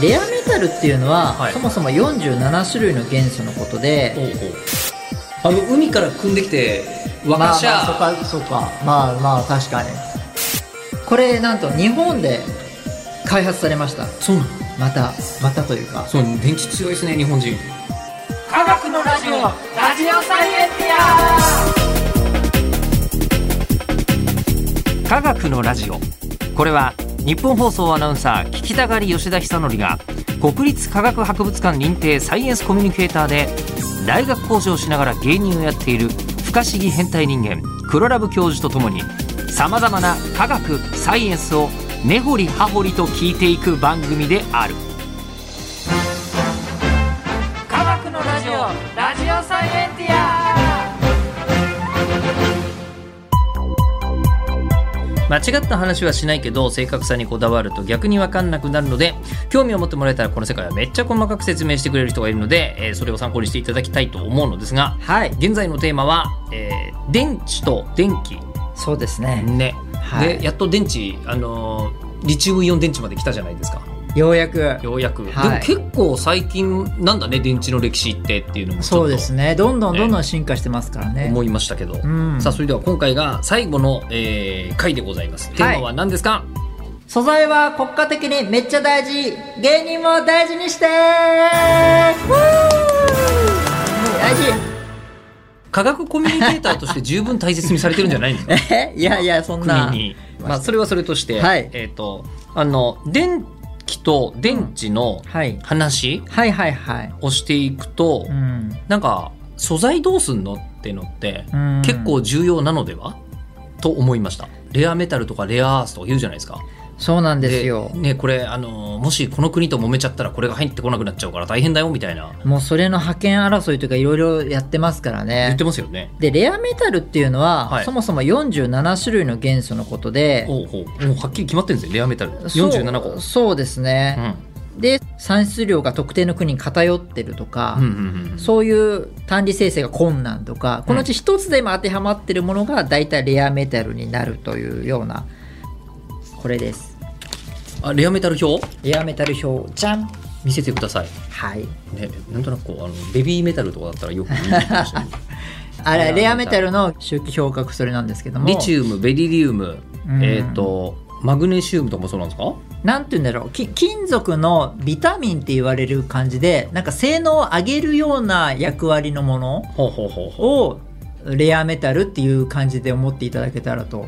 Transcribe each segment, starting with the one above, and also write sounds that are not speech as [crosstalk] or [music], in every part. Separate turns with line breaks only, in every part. レアメタルっていうのは、
はい
そもそも47種類の元素のことで、
あの海から汲んできて沸
ま
か
あ、
しゃ、
まあそうかそうかまあまあ確かにこれなんと日本で開発されました
そうなの
またまたというか
そう電気強いですね日本人
科学のラジオラジオサイエンティ
科学のラジオこれは日本放送アナウンサー聞きたがり吉田久典が国立科学博物館認定サイエンスコミュニケーターで大学講師をしながら芸人をやっている不可思議変態人間黒ラブ教授とともにさまざまな科学サイエンスを根掘り葉掘りと聞いていく番組である
ア科学のラジオラジオサイエンティア
間違った話はしないけど正確さにこだわると逆に分かんなくなるので興味を持ってもらえたらこの世界はめっちゃ細かく説明してくれる人がいるので、えーそれを参考にしていただきたいと思うのですが
はい
現在のテーマは、えー電池と電気
そうですね
ね、
はい
でやっと電池、あのーリチウムイオン電池まで来たじゃないですか
ようやく
ようやく、
はい
でも結構最近なんだね電池の歴史ってっていうのもち
そ
ょ
う
っ
で
と
すねどんどんどんどん進化してますからね
思いましたけど、
ん
さあそれでは今回が最後の、えー回でございますテーマは何ですか、
素材は国家的にめっちゃ大事芸人も大事にしてふう大事
科学コミュニケーターとして十分大切にされてるんじゃ [laughs] ないんですか
えいやいやそんな
国に、まあ、それはそれとして、
はい
えっ、とあの電気と電池の
はい
話
はいはいはい
をしていくと、
うん
なんか素材どうすんのってのって、
うん
結構重要なのではと思いましたレアメタルとかレアアースとか言うじゃないですか
そうなんですよ
ね、これあのもしこの国と揉めちゃったらこれが入ってこなくなっちゃうから大変だよみたいな
もうそれの覇権争いとかいろいろやってますから
言っ
ね
てますよね
でレアメタルっていうのは、
はい
そもそも47種類の元素のことで
おうおうもうはっきり決まってるんですよレアメタル
そう
47個
そうです
う
ね、
ん
で産出量が特定の国に偏ってるとか、
うんうんうん
そういう単理生成が困難とかこのうち一つでも当てはまってるものが大体レアメタルになるというようなこれです
あレアメタル表
レアメタル表じゃん
見せてください、
はい
ね、なんとなくこうあのベビーメタルとかだったらよく見に行きましたけど
あ
レアメタ
れ
ル
レアメタルの周期表格それなんです [laughs] けども
リチウムベリリウム、
うん
えっ、とマグネシウムとかもそうなんですか
なんて言うんだろうき金属のビタミンって言われる感じでなんか性能を上げるような役割のもの
ほうほうほうほ
をレアメタルっていう感じで思っていただけたらと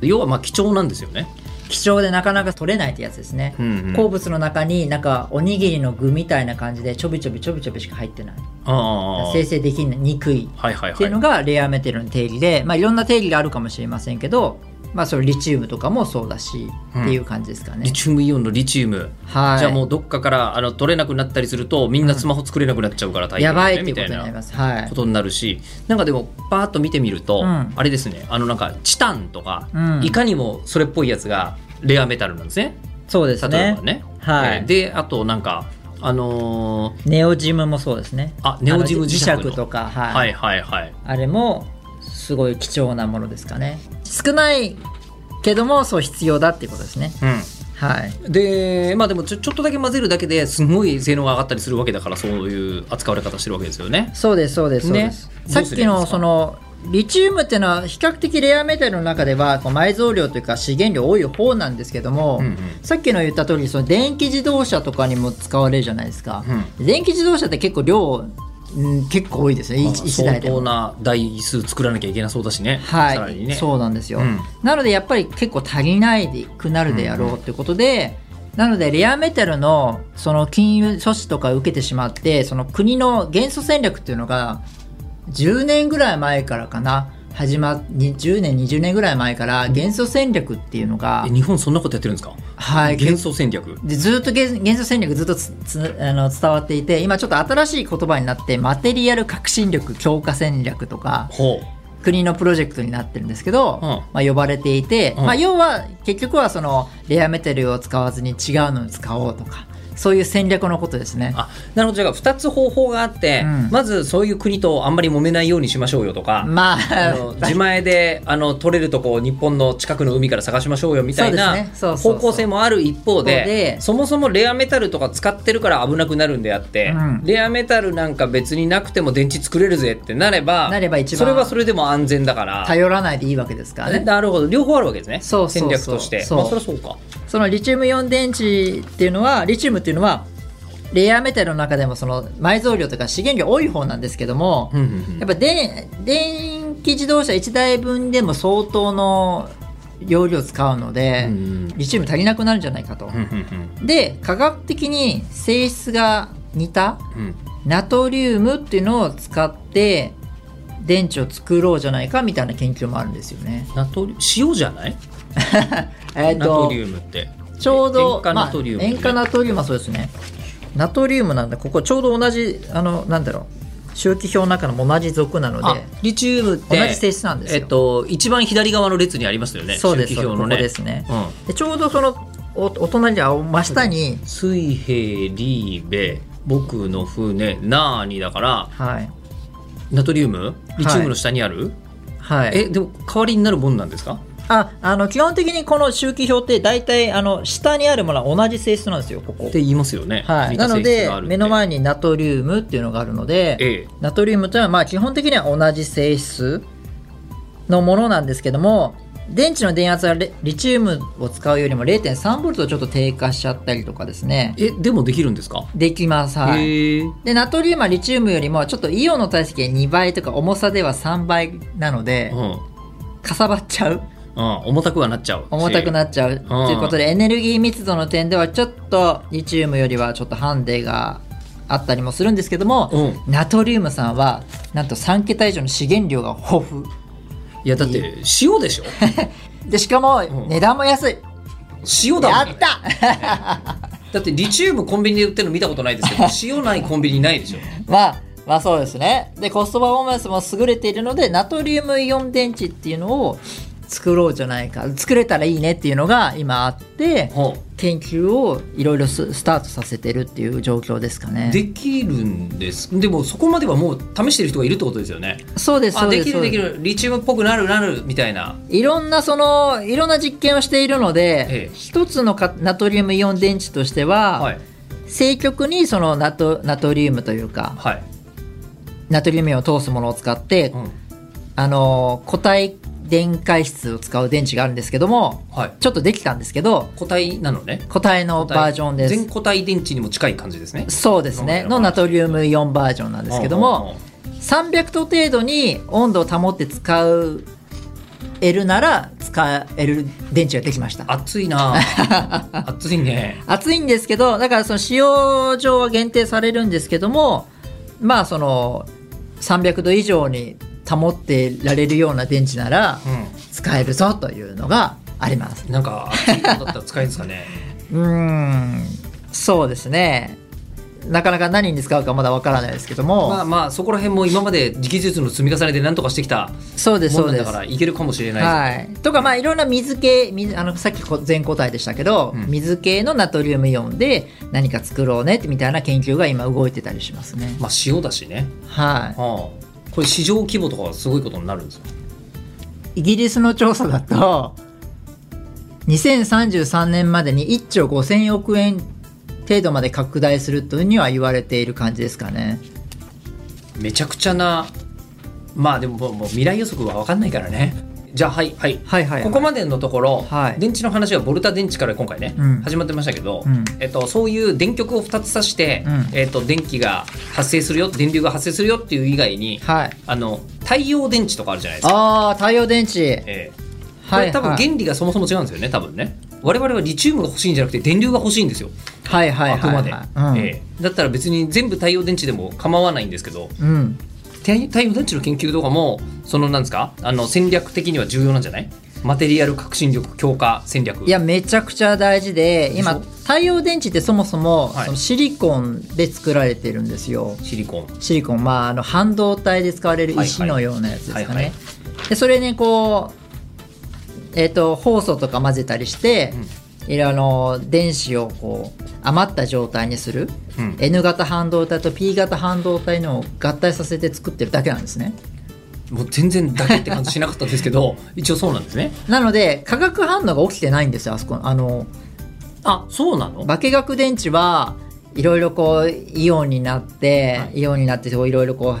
う要はまあ貴重なんですよね、
希少でなかなか取れないってやつですね、
ん
鉱物の中になんかおにぎりの具みたいな感じでちょびちょびちょびちょびしか入ってない
ああ
生成できにくい
はいはいはい
っていうのがレアメタルの定理で、いまあ、いろんな定理があるかもしれませんけど、まあ、それリチウムとかもそうだし、
うん
っていう感じですかね
リ。チウムイオンのリチウム、
はい、
じゃあもうどっかからあの取れなくなったりするとみんなスマホ作れなくなっちゃうから大変
やば
だ
い
よ
っ
ね、
てい
み
うこと
たい
になり
な
ます。はい
こ、とになるしなんかでもパーッと見てみると、
うん
あれですねあのなんかチタンとか、
うん
いかにもそれっぽいやつがレアメタルなんですね
そうです
例え
ね
ばね。
はい
えーであとなんかあのー
ネオジムもそうですね。
あネオジム磁石の
あの磁石とか、はい
はいはいはい
あれもすごい貴重なものですかね。少ないけどもそう必要だっていうことですね。はい、
でまあでもちょちょっとだけ混ぜるだけですごい性能が上がったりするわけだからそういう扱われ方してるわけですよね。
そうですそうですそうです。
ね
さっき
どうすればいいんで
の
すか
そのリチウムっていうのは比較的レアメタルの中ではこう埋蔵量というか資源量多い方なんですけども、
うんうん
さっきの言った通りその電気自動車とかにも使われるじゃないですか、電気自動車って結構量、うん、結構多いですね 1,
まあ
一台
相
で
当
も。
な台数作らなきゃいけなそうだしね、さ
は
ら
い、
にね。
そうなんですよ、
うん
なのでやっぱり結構足りないくなるであろうってことで、なのでレアメタルのその金融措置とか受けてしまってその国の元素戦略っていうのが10年ぐらい前からかな始まっ10年20年ぐらい前から元素戦略っていうのが
え、日本そんなことやってるんですか、
はい、
幻想戦略
でずっと元元素戦略ずっとつつあの伝わっていて今ちょっと新しい言葉になってマテリアル革新力強化戦略とか
ほ
国のプロジェクトになってるんですけど、
うん
まあ、呼ばれていて、
うん
まあ、要は結局はそのレアメタルを使わずに違うのに使おうとかそういう戦略のことですね。
あなるほどじゃあ2つ方法があって、
うん
まずそういう国とあんまり揉めないようにしましょうよとか、
ま
あ
あ、
の自前であの取れるとこを日本の近くの海から探しましょうよみたいな
そうですねそうそうそ
方
う
向性もある一方で
そうで
そもそもレアメタルとか使ってるから危なくなるんであって、
うん
レアメタルなんか別になくても電池作れるぜってなれば
なれば一番
それはそれでも安全だから。
頼らないでいいわけですからね。
なるほど両方あるわけですね
そうそうそう
戦略として
そう
まあ、そりゃそうか
そのリチウムイオン電池っていうのはリチウムっていうのはレアメタルの中でもその埋蔵量とか資源量多い方なんですけども、
うんうんうん
やっぱ電電気自動車1台分でも相当の容量使うので、
うんうん
リチウム足りなくなるんじゃないかと
う、んうん
で科学的に性質が似た
うんうん
ナトリウムっていうのを使って電池を作ろうじゃないかみたいな研究もあるんですよね。 [laughs]
ナトリ塩じゃない
えー
ナ
と
トリウムって
ちょうど
塩化ナトリウム、
まあ塩化ナトリウムはそうですねナトリウムなんでここちょうど同じあのなんだろう周期表の中のも同じ属なの
あ
で
リチウムって
同じ性質なんですよ
えっと、一番左側の列にありますよね
そうです
周期表の
こ
ね
こですね
うん
でちょうどそのおお隣にあ真下に
水平リーベ僕の船なーにだから
はい
ナトリウムリチウムの下にある、
はい
えでも代わりになるもんなんですか
ああの基本的にこの周期表って大体あの下にあるものは同じ性質なんですよここ
って言いますよね、
はい
似た
なの
性質
で
があるって
目の前にナトリウムっていうのがあるので、
ええ
ナトリウムというのはまあ基本的には同じ性質のものなんですけども電池の電圧はレリチウムを使うよりも0.3ボルトちょっと低下しちゃったりとかですね
えでもできるんですか、
できますはい、
へー
でナトリウムはリチウムよりもちょっとイオンの体積が2倍とか重さでは3倍なので
うんうん、
かさばっちゃう
重たくはなっちゃう
重たくな
っ
っちゃうということでエネルギー密度の点ではちょっとリチウムよりはちょっとハンデがあったりもするんですけども、
う
ナトリウムさんはなんと3桁以上の資源量が豊富
いやだって塩でし
[laughs]
ょ
でしかも
ん
値段も安い、
塩だもん
や
ね
った [laughs]
だってリチウムコンビニで売ってるの見たことないですけど
[laughs]
塩ないコンビニないでしょ
まあまあそうですねでコストパフォーマンスも優れているのでナトリウムイオン電池っていうのを作ろうじゃないか作れたらいいねっていうのが今あって
ほ
研究をいろいろススタートさせてるっていう状況ですか
う
ね
できるんですでもそこまではもう試してる人がいるってことですよね
そうですそ
あ
う
で
です
きるでき
そう
るリチウムっぽくなるなるみたいな
すいろんなそのいろんな実験をしているので、
ええ
一つのかナトリウムイオン電池としては、
はい
正極にそのナトナトリウムというか
はい、
ナトリウムイオンを通すものを使って、
うん
あの固体電解質を使う電池があるんですけども
はい、
ちょっとできたんですけど
固体なのね
固体のバージョンで
全
す
固体電池にも近い感じですね
そうですねのナトリウムイオンバージョンなんですけど
うんうん
も
うん
300度程度に温度を保って使うえるなら使える電池ができました
熱
[laughs]
いな熱いね
熱いんですけどだからその使用上は限定されるんですけどもまあその300度以上に保ってられるような電池なら
う
使えるぞというのがあります
んなんか熱いことだったら使えるんです
[laughs]
かね
うーんそうですねなかなか何に使うかまだわからないですけども、
まあまあそこら辺も今まで技術の積み重ねで何とかしてきた
そうです
も
そう
んなん
で
だ
す
からいけるかもしれないですね
はい、とかまあいろんな水系水あのさっきこ全固体でしたけど、
うん
水系のナトリウムイオンで何か作ろうねみたいな研究が今動いてたりしますね。
まあ塩だしね、
は
はあ、これ市場規模とかはすごいことになるんですよ
い、イギリスの調査だと2033年までに1兆5,000億円程度まで拡大するというには言われている感じですかね。
めちゃくちゃなまあでももうもう未来予測は分かんないからねじゃあはいはい、
はいはいはい
ここまでのところ、
はい
電池の話はボルタ電池から今回ね、
うん
始まってましたけど、
うん
えっと、そういう電極を2つ挿して、
うん
えっと、電気が発生するよ電流が発生するよっていう以外に、
はい、
あの太陽電池とかあるじゃないですか。
あー太陽電池
ええこ
はい
れ多分原理がそもそも違うんですよね多分ね我々はリチウムが欲しいんじゃなくて電流が欲しいんですよ
はいはいは
あ
い
くまで、
はい
ええだったら別に全部太陽電池でも構わないんですけど
うん、うん、
太太陽電池の研究とかもそのなんですかあの戦略的には重要なんじゃないマテリアル革新力強化戦略
いやめちゃくちゃ大事で今
でし
太陽電池ってそもそも、
はい
そのシリコンで作られてるんですよ
シリコン
シリコンまああの半導体で使われる石のようなやつですかね、
はいはいはい
でそれにこうえっ、と酵素とか混ぜたりして、いろあの電子をこう余った状態にする、
うん
N 型半導体と P 型半導体のを合体させて作ってるだけなんですね。
もう全然だけって感じしなかったんですけ [laughs] ど一応そうなんですね
なので化学反応が起きてないんですよあそこあの
あそうなの
化学電池はいろいろこうイオンになって、
は
イオンになってこういろいろこう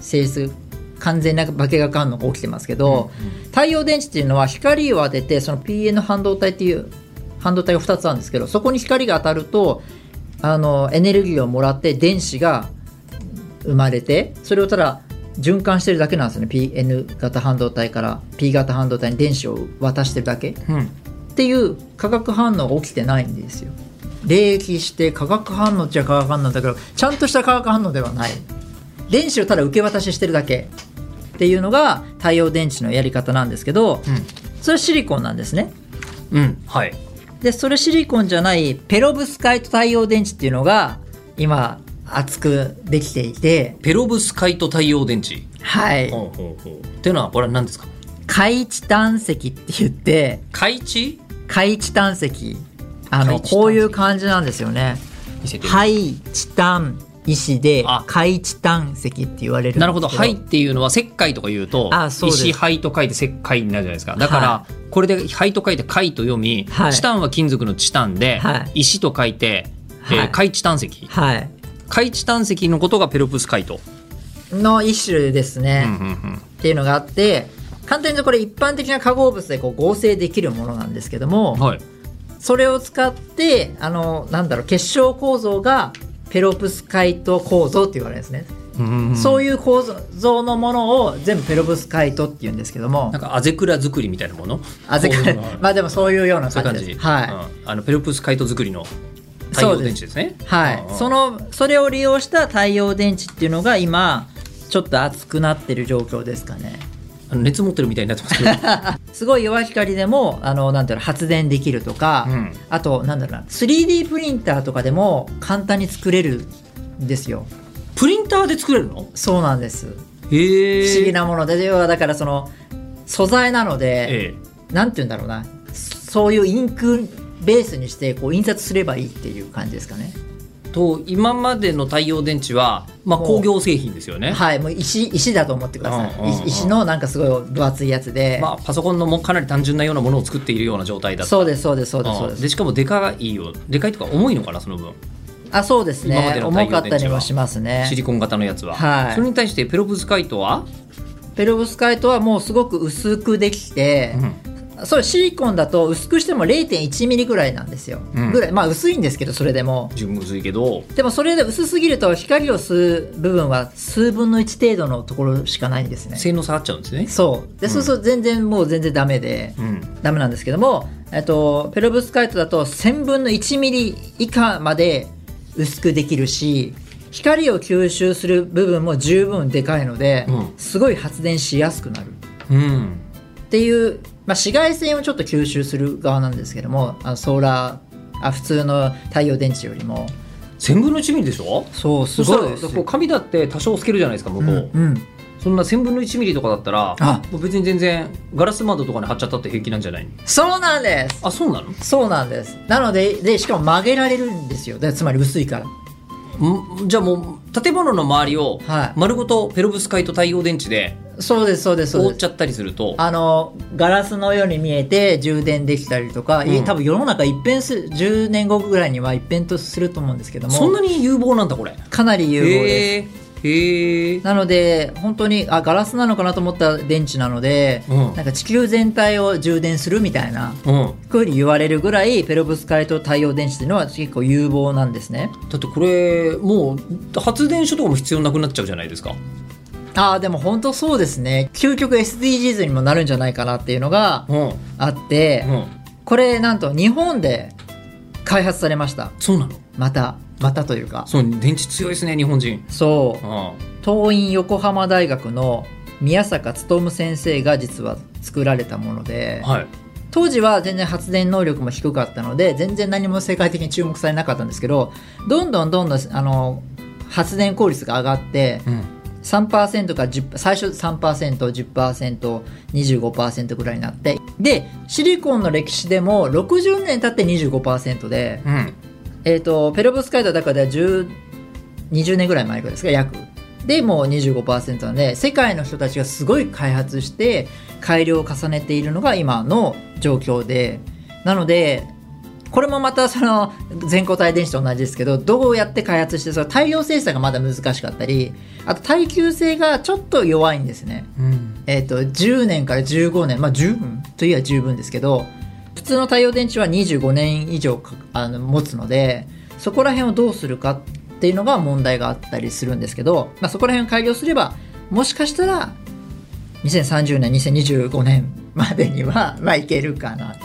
性質完全な化学反応が起きてますけど、太陽電池っていうのは光を当ててその PN 半導体っていう半導体が2つあるんですけどそこに光が当たるとあのエネルギーをもらって電子が生まれてそれをただ循環してるだけなんですよね PN 型半導体から P 型半導体に電子を渡してるだけ。
うん
っていう化学反応が起きてないんですよ。冷気して化学反応っちゃ化学反応だけどちゃんとした化学反応ではない電子をただ受け渡ししてるだけっていうのが太陽電池のやり方なんですけど、それはシリコンなんですね
うんはい
でそれシリコンじゃないペロブスカイト太陽電池っていうのが今熱くできていて
ペロブスカイト太陽電池
はい
ほうほうほうっていうのはこれは何ですか
海一胆石って言って
海地
海一胆石あ
海
の
一胆石
こういう感じなんですよね
見せてい
肺チタン石で
あ
肺チタン石って言われるんですけ
なるほど肺っていうのは石灰とか言うと
あそうです
石灰と書いて石灰になるじゃないですかだから、
は
これで灰と書いて貝と読み、
はい
チタンは金属のチタンで、
はい
石と書いて、えー
はい
貝チタン石
はい
貝チタン石のことがペロブスカイト、
の一種ですね、
うんうんうん
っていうのがあって簡単に言うとこれ一般的な化合物でこう合成できるものなんですけども、
はい、
それを使ってあのなんだろう結晶構造がペロブスカイト構造って言われるんですね、そういう構造のものを全部ペロブスカイトって言うんですけども
なんかあぜくら作りみたいなもの
あぜか
そういうのがある
[laughs] まあでもそういうような
そういう
感
感
じ
じ、
ですはい、
うんあのペロブスカイト作りの太陽電池ですね
はい、そのそれを利用した太陽電池っていうのが今ちょっと熱くなってる状況ですかね
あの熱持ってるみたいになってま
[laughs]
すけど
すごい弱い光でもあのなんていうの発電できるとか、
うん
あとなんだろうな 3D プリンターとかでも簡単に作れるんですよ
プリンターで作れるの
そうなんです
へえ
不思議なもので要はだからその素材なので、
え
なんていうんだろうなそういうインクベースにしてこう印刷すればいいっていう感じですかね
えと今までの太陽電池は、まあ、
もう
工業製品ですよね、
はい、もう石石だと思ってください、
うんうんうん
い石のなんかすごい分厚いやつで、
まあ、パソコンのもかなり単純なようなものを作っているような状態だった
そうですそうですそうですそう
あ
で
あ
す
しかもでかいよでかいとか重いのかなその分
あそうです
今ま
ね
での太
重
陽電池
か
は
ったりもしますね
シリコン型のやつは、
はい
それに対してペロブスカイトは、
ペロブスカイトはもうすごく薄くできて、そうシリコンだと薄くしても0 1ミリぐらいなんですよ、
うん
ぐらいまあ薄いんですけどそれでも
純薄いけど
でもそれで薄すぎると光を吸う部分は数分の1程度のところしかないんですね
性能下がっちゃうんですね、
そうでそうすると全然もう全然ダメで、
うん、
ダメなんですけども、えっと、ペロブスカイトだと1000分の1ミリ以下まで薄くできるし光を吸収する部分も十分でかいので、
うん
すごい発電しやすくなる
うん、
っていう、まあ、紫外線をちょっと吸収する側なんですけどもあのソーラーあ普通の太陽電池よりも
1000分の1ミリでしょ
そうす
そした
ご
ら
いですよ
こう紙だって多少透けるじゃないですか向こう、
うんうん
そんな1000分の1ミリとかだったら
あ
もう別に全然ガラス窓とかに貼っちゃったって平気なんじゃない
そうなんです
あそうなの
そうなんですなのででしかも曲げられるんですよでつまり薄いから
んじゃあもう建物の周りを
はい
丸ごとペロブスカイト太陽電池で
そうですそうですそう
覆っ
です
ちゃったりすると
あのガラスのように見えて充電できたりとか、い
うん
多分世の中一変する10年後ぐらいには一変とすると思うんですけども
そんなに有望なんだこれ
かなり有望です。
へえへえ
なので本当にあガラスなのかなと思ったら電池なので、
うん
なんか地球全体を充電するみたいな
うん
ふうに言われるぐらいペロブスカイト太陽電池っていうのは結構有望なんですね。
だってこれもう発電所とかも必要なくなっちゃうじゃないですか
あーでも本当そうですね究極 SDGs にもなるんじゃないかなっていうのが
うんうん
あって、これなんと日本で開発されました。
そうなの
またまたというか
そう電池強いですね日本人
そううん東院横浜大学の宮坂勉先生が実は作られたもので、
はい
当時は全然発電能力も低かったので全然何も世界的に注目されなかったんですけどどんどんどんどんあの発電効率が上がって
うん
3%から10最初 3%10%25% ぐらいになってでシリコンの歴史でも60年経って25%で、
うん。
えー、とペロブスカイトだから10 20年ぐらい前ぐらいですか約でもう25%なので世界の人たちがすごい開発して改良を重ねているのが今の状況でなのでこれもまたその全固体電子と同じですけどどうやって開発してその大量生産がまだ難しかったりあと耐久性がちょっと弱いんですね。
うん。
えー、と10年から15年まあ十分といえば十分ですけど普通の太陽電池は25年以上かあの持つのでそこら辺をどうするかっていうのが問題があったりするんですけど、まあ、そこら辺を改良すればもしかしたら2030年2025年までには、 [laughs] まあ、いけるかな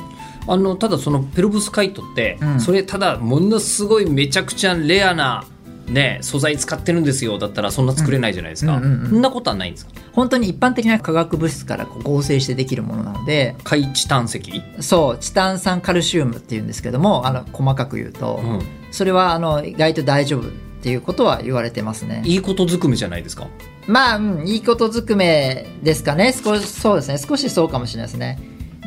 あの、ただそのペロブスカイトって、
うん
それただものすごいめちゃくちゃレアな、ね、素材使ってるんですよだったらそんな作れないじゃないですか、
うんうんうんうん
そんなことはないんですか
本当に一般的な化学物質からこう合成してできるものなので
海チ炭石、
そうチタン酸カルシウムっていうんですけどもあの細かく言うと、
うん、
それはあの意外と大丈夫っていうことは言われてますね。
いいことずくめじゃないですか
まあ、うん、いいことずくめですかね。少し、そうですね。少しそうかもしれないですね。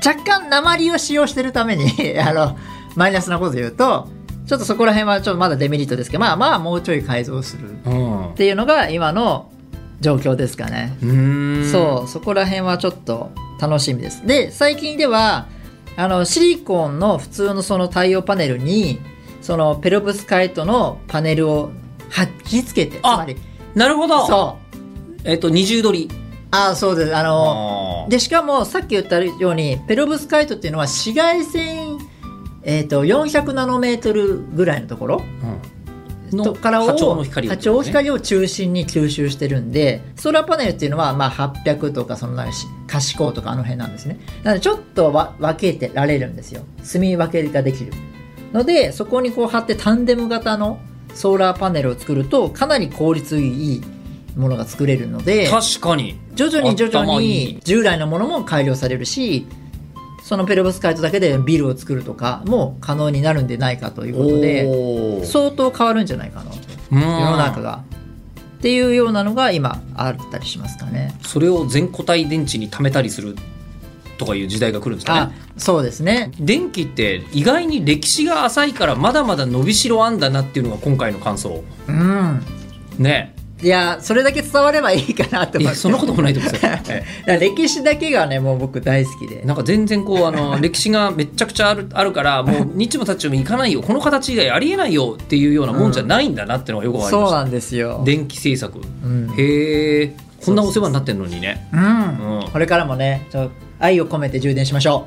若干、鉛を使用してるために、 [laughs] あの、マイナスなこと言うと、ちょっとそこら辺はちょっとまだデメリットですけど、まあまあ、もうちょい改造するっ
うんう
ていうのが今の状況ですかね。
ーん
そう、そこら辺はちょっと楽しみです。で、最近では、あの、シリコンの普通のその太陽パネルに、そのペロブスカイトのパネルを貼り付けて、つ
あ
まり、
なるほど
そう。
えっ、と二重取り
ああ、そうです。あの、
あー
で、しかもさっき言ったように、ペロブスカイトっていうのは紫外線、えっ、と、400ナノメートルぐらいのところ
うんの
とからを
波長の光を
波長の光を中心に吸収してるんでソーラーパネルっていうのはまあ800とかそのなんかし可視光とかあの辺なんですねなのでちょっとわ分けてられるんですよ住み分けができるのでそこにこう貼ってタンデム型のソーラーパネルを作るとかなり効率いいものが作れるので
確かに
徐々に徐々
頭い
に
い
従来のものも改良されるしそのペロブスカイトだけでビルを作るとかも可能になるんでないかということで
おー
相当変わるんじゃないかな
うん
世の中が。っていうようなのが今あったりしますかね。
それを全固体電池に貯めたりするとかいう時代が来るんですか
あ
ね
そうですね。
電気って意外に歴史が浅いからまだまだ伸びしろあんだなっていうのが今回の感想
うん。
ね
いやそれだけ伝わればい [laughs] いかなと
い
思っ
や
て。
そんなこともないと思うんですよ
だから歴史だけがねもう僕大好きで。
なんか全然こうあの歴史がめっちゃくちゃあるあるからもうニッチもタッチもいかないよこの形以外ありえないよっていうようなもんじゃないんだなっていうのがよくわかりま
そう
した、
なんですよ。
電気制作
うん。
へえこんなお世話になってんのにね
うん
うん
これからもねちょ愛を込めて充電しましょ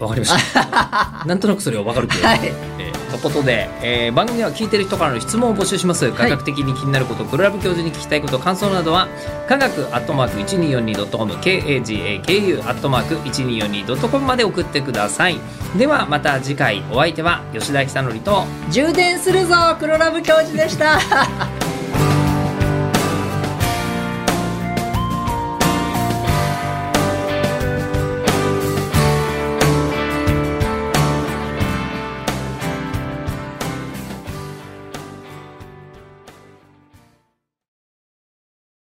わかりました
[laughs]
なんとなくそれはわかるけ
う。
ど、
はい。
えーということで、えー番組では聞いてる人からの質問を募集します科学的に気になること、黒ラブ教授に聞きたいこと感想などは科学アットマーク 1242.com kagaku アットマーク 1242.com まで送ってくださいではまた次回お相手は吉田久典と
充電するぞ黒ラブ教授でした。